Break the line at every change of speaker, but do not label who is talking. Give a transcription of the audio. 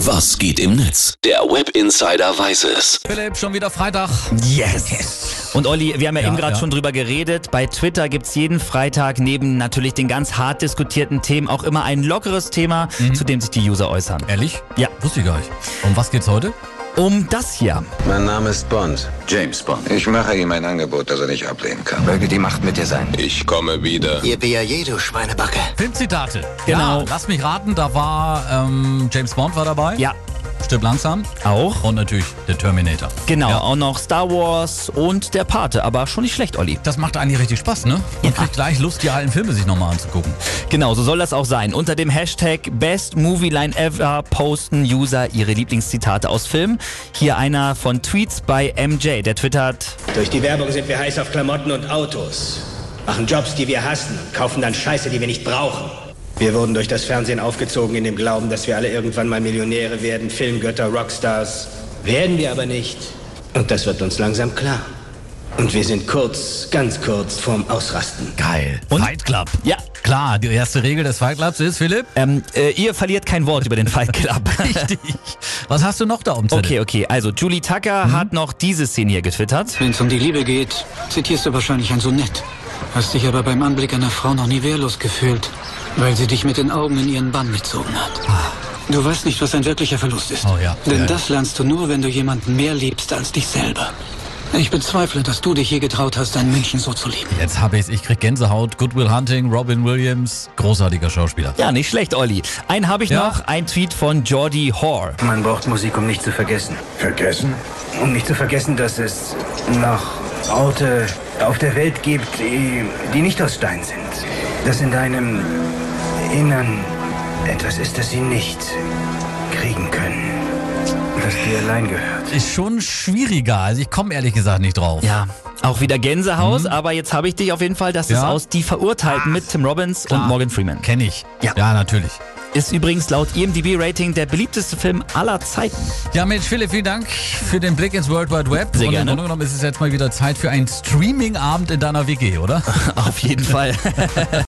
Was geht im Netz? Der Web Insider weiß es.
Philipp, schon wieder Freitag.
Yes. Und Olli, wir haben ja, eben gerade
ja.
schon drüber geredet. Bei Twitter gibt's jeden Freitag neben natürlich den ganz hart diskutierten Themen auch immer ein lockeres Thema, zu dem sich die User äußern.
Mhm. Ehrlich?
Ja.
Wusste ich gar nicht. Um was geht's heute?
Um das hier.
Mein Name ist Bond.
James Bond.
Ich mache ihm ein Angebot, das er nicht ablehnen kann.
Möge die Macht mit dir sein.
Ich komme wieder.
Ihr BAJ, du Schweinebacke.
Filmzitate.
Genau.
Ja, lass mich raten, da war ähm, James Bond war dabei.
Ja,
Stirb langsam.
auch.
Und natürlich der Terminator.
Genau,
Ja.
auch noch Star Wars und der Pate, aber schon nicht schlecht, Olli.
Das macht eigentlich richtig Spaß, ne? Man kriegt gleich Lust, die alten Filme sich nochmal anzugucken.
Genau, so soll das auch sein. Unter dem Hashtag Best Movie Line Ever posten User ihre Lieblingszitate aus Filmen. Hier einer von Tweets bei MJ, der twittert,
Durch die Werbung sind wir heiß auf Klamotten und Autos, machen Jobs, die wir hassen, und kaufen dann Scheiße, die wir nicht brauchen. Wir wurden durch das Fernsehen aufgezogen in dem Glauben, dass wir alle irgendwann mal Millionäre werden, Filmgötter, Rockstars. Werden wir aber nicht. Und das wird uns langsam klar. Und wir sind kurz, ganz kurz vorm Ausrasten.
Geil. Und? Fight Club.
Ja.
Klar, die erste Regel des Fight Clubs ist, Philipp.
ähm, äh, ihr verliert kein Wort über den Fight Club.
Richtig. Was hast du noch da um
Okay, okay. Also Julie
Mhm.
Tucker hat noch diese Szene hier getwittert.
Wenn es um die Liebe geht, zitierst du wahrscheinlich ein Sonett. Hast dich aber beim Anblick einer Frau noch nie wehrlos gefühlt, weil sie dich mit den Augen in ihren Bann gezogen hat. Du weißt nicht, was ein wirklicher Verlust ist.
Oh ja.
Denn
Ja.
das lernst du nur, wenn du jemanden mehr liebst als dich selber. Ich bezweifle, dass du dich je getraut hast, einen Menschen so zu lieben.
Jetzt habe ich's. Ich krieg Gänsehaut. Goodwill Hunting, Robin Williams. Großartiger Schauspieler.
Ja, nicht schlecht, Olli. Einen habe ich
Ja.
noch. Ein Tweet von Jordi Hoare.
Man braucht Musik, um nicht zu vergessen.
Vergessen?
Um nicht zu vergessen, dass es noch Orte auf der Welt gibt, die, die nicht aus Stein sind. Dass in deinem Innern etwas ist, das sie nicht kriegen können. Das dir allein gehört.
Ist schon schwieriger. Also ich komme ehrlich gesagt nicht drauf.
Ja, auch wieder Gänsehaus. Aber jetzt habe ich dich auf jeden Fall. Das ist
Mhm. Ja.
aus Die Verurteilten mit Tim Robbins und Morgan Freeman.
Kenn ich.
Ja.
ja, natürlich.
Ist übrigens laut IMDb-Rating der beliebteste Film aller Zeiten.
Ja, Mensch, Philipp, vielen Dank für den Blick ins World Wide Web.
Sehr
Und im
gerne.
Grunde genommen ist es jetzt mal wieder Zeit für einen Streaming-Abend in deiner WG, oder?
Auf jeden Fall.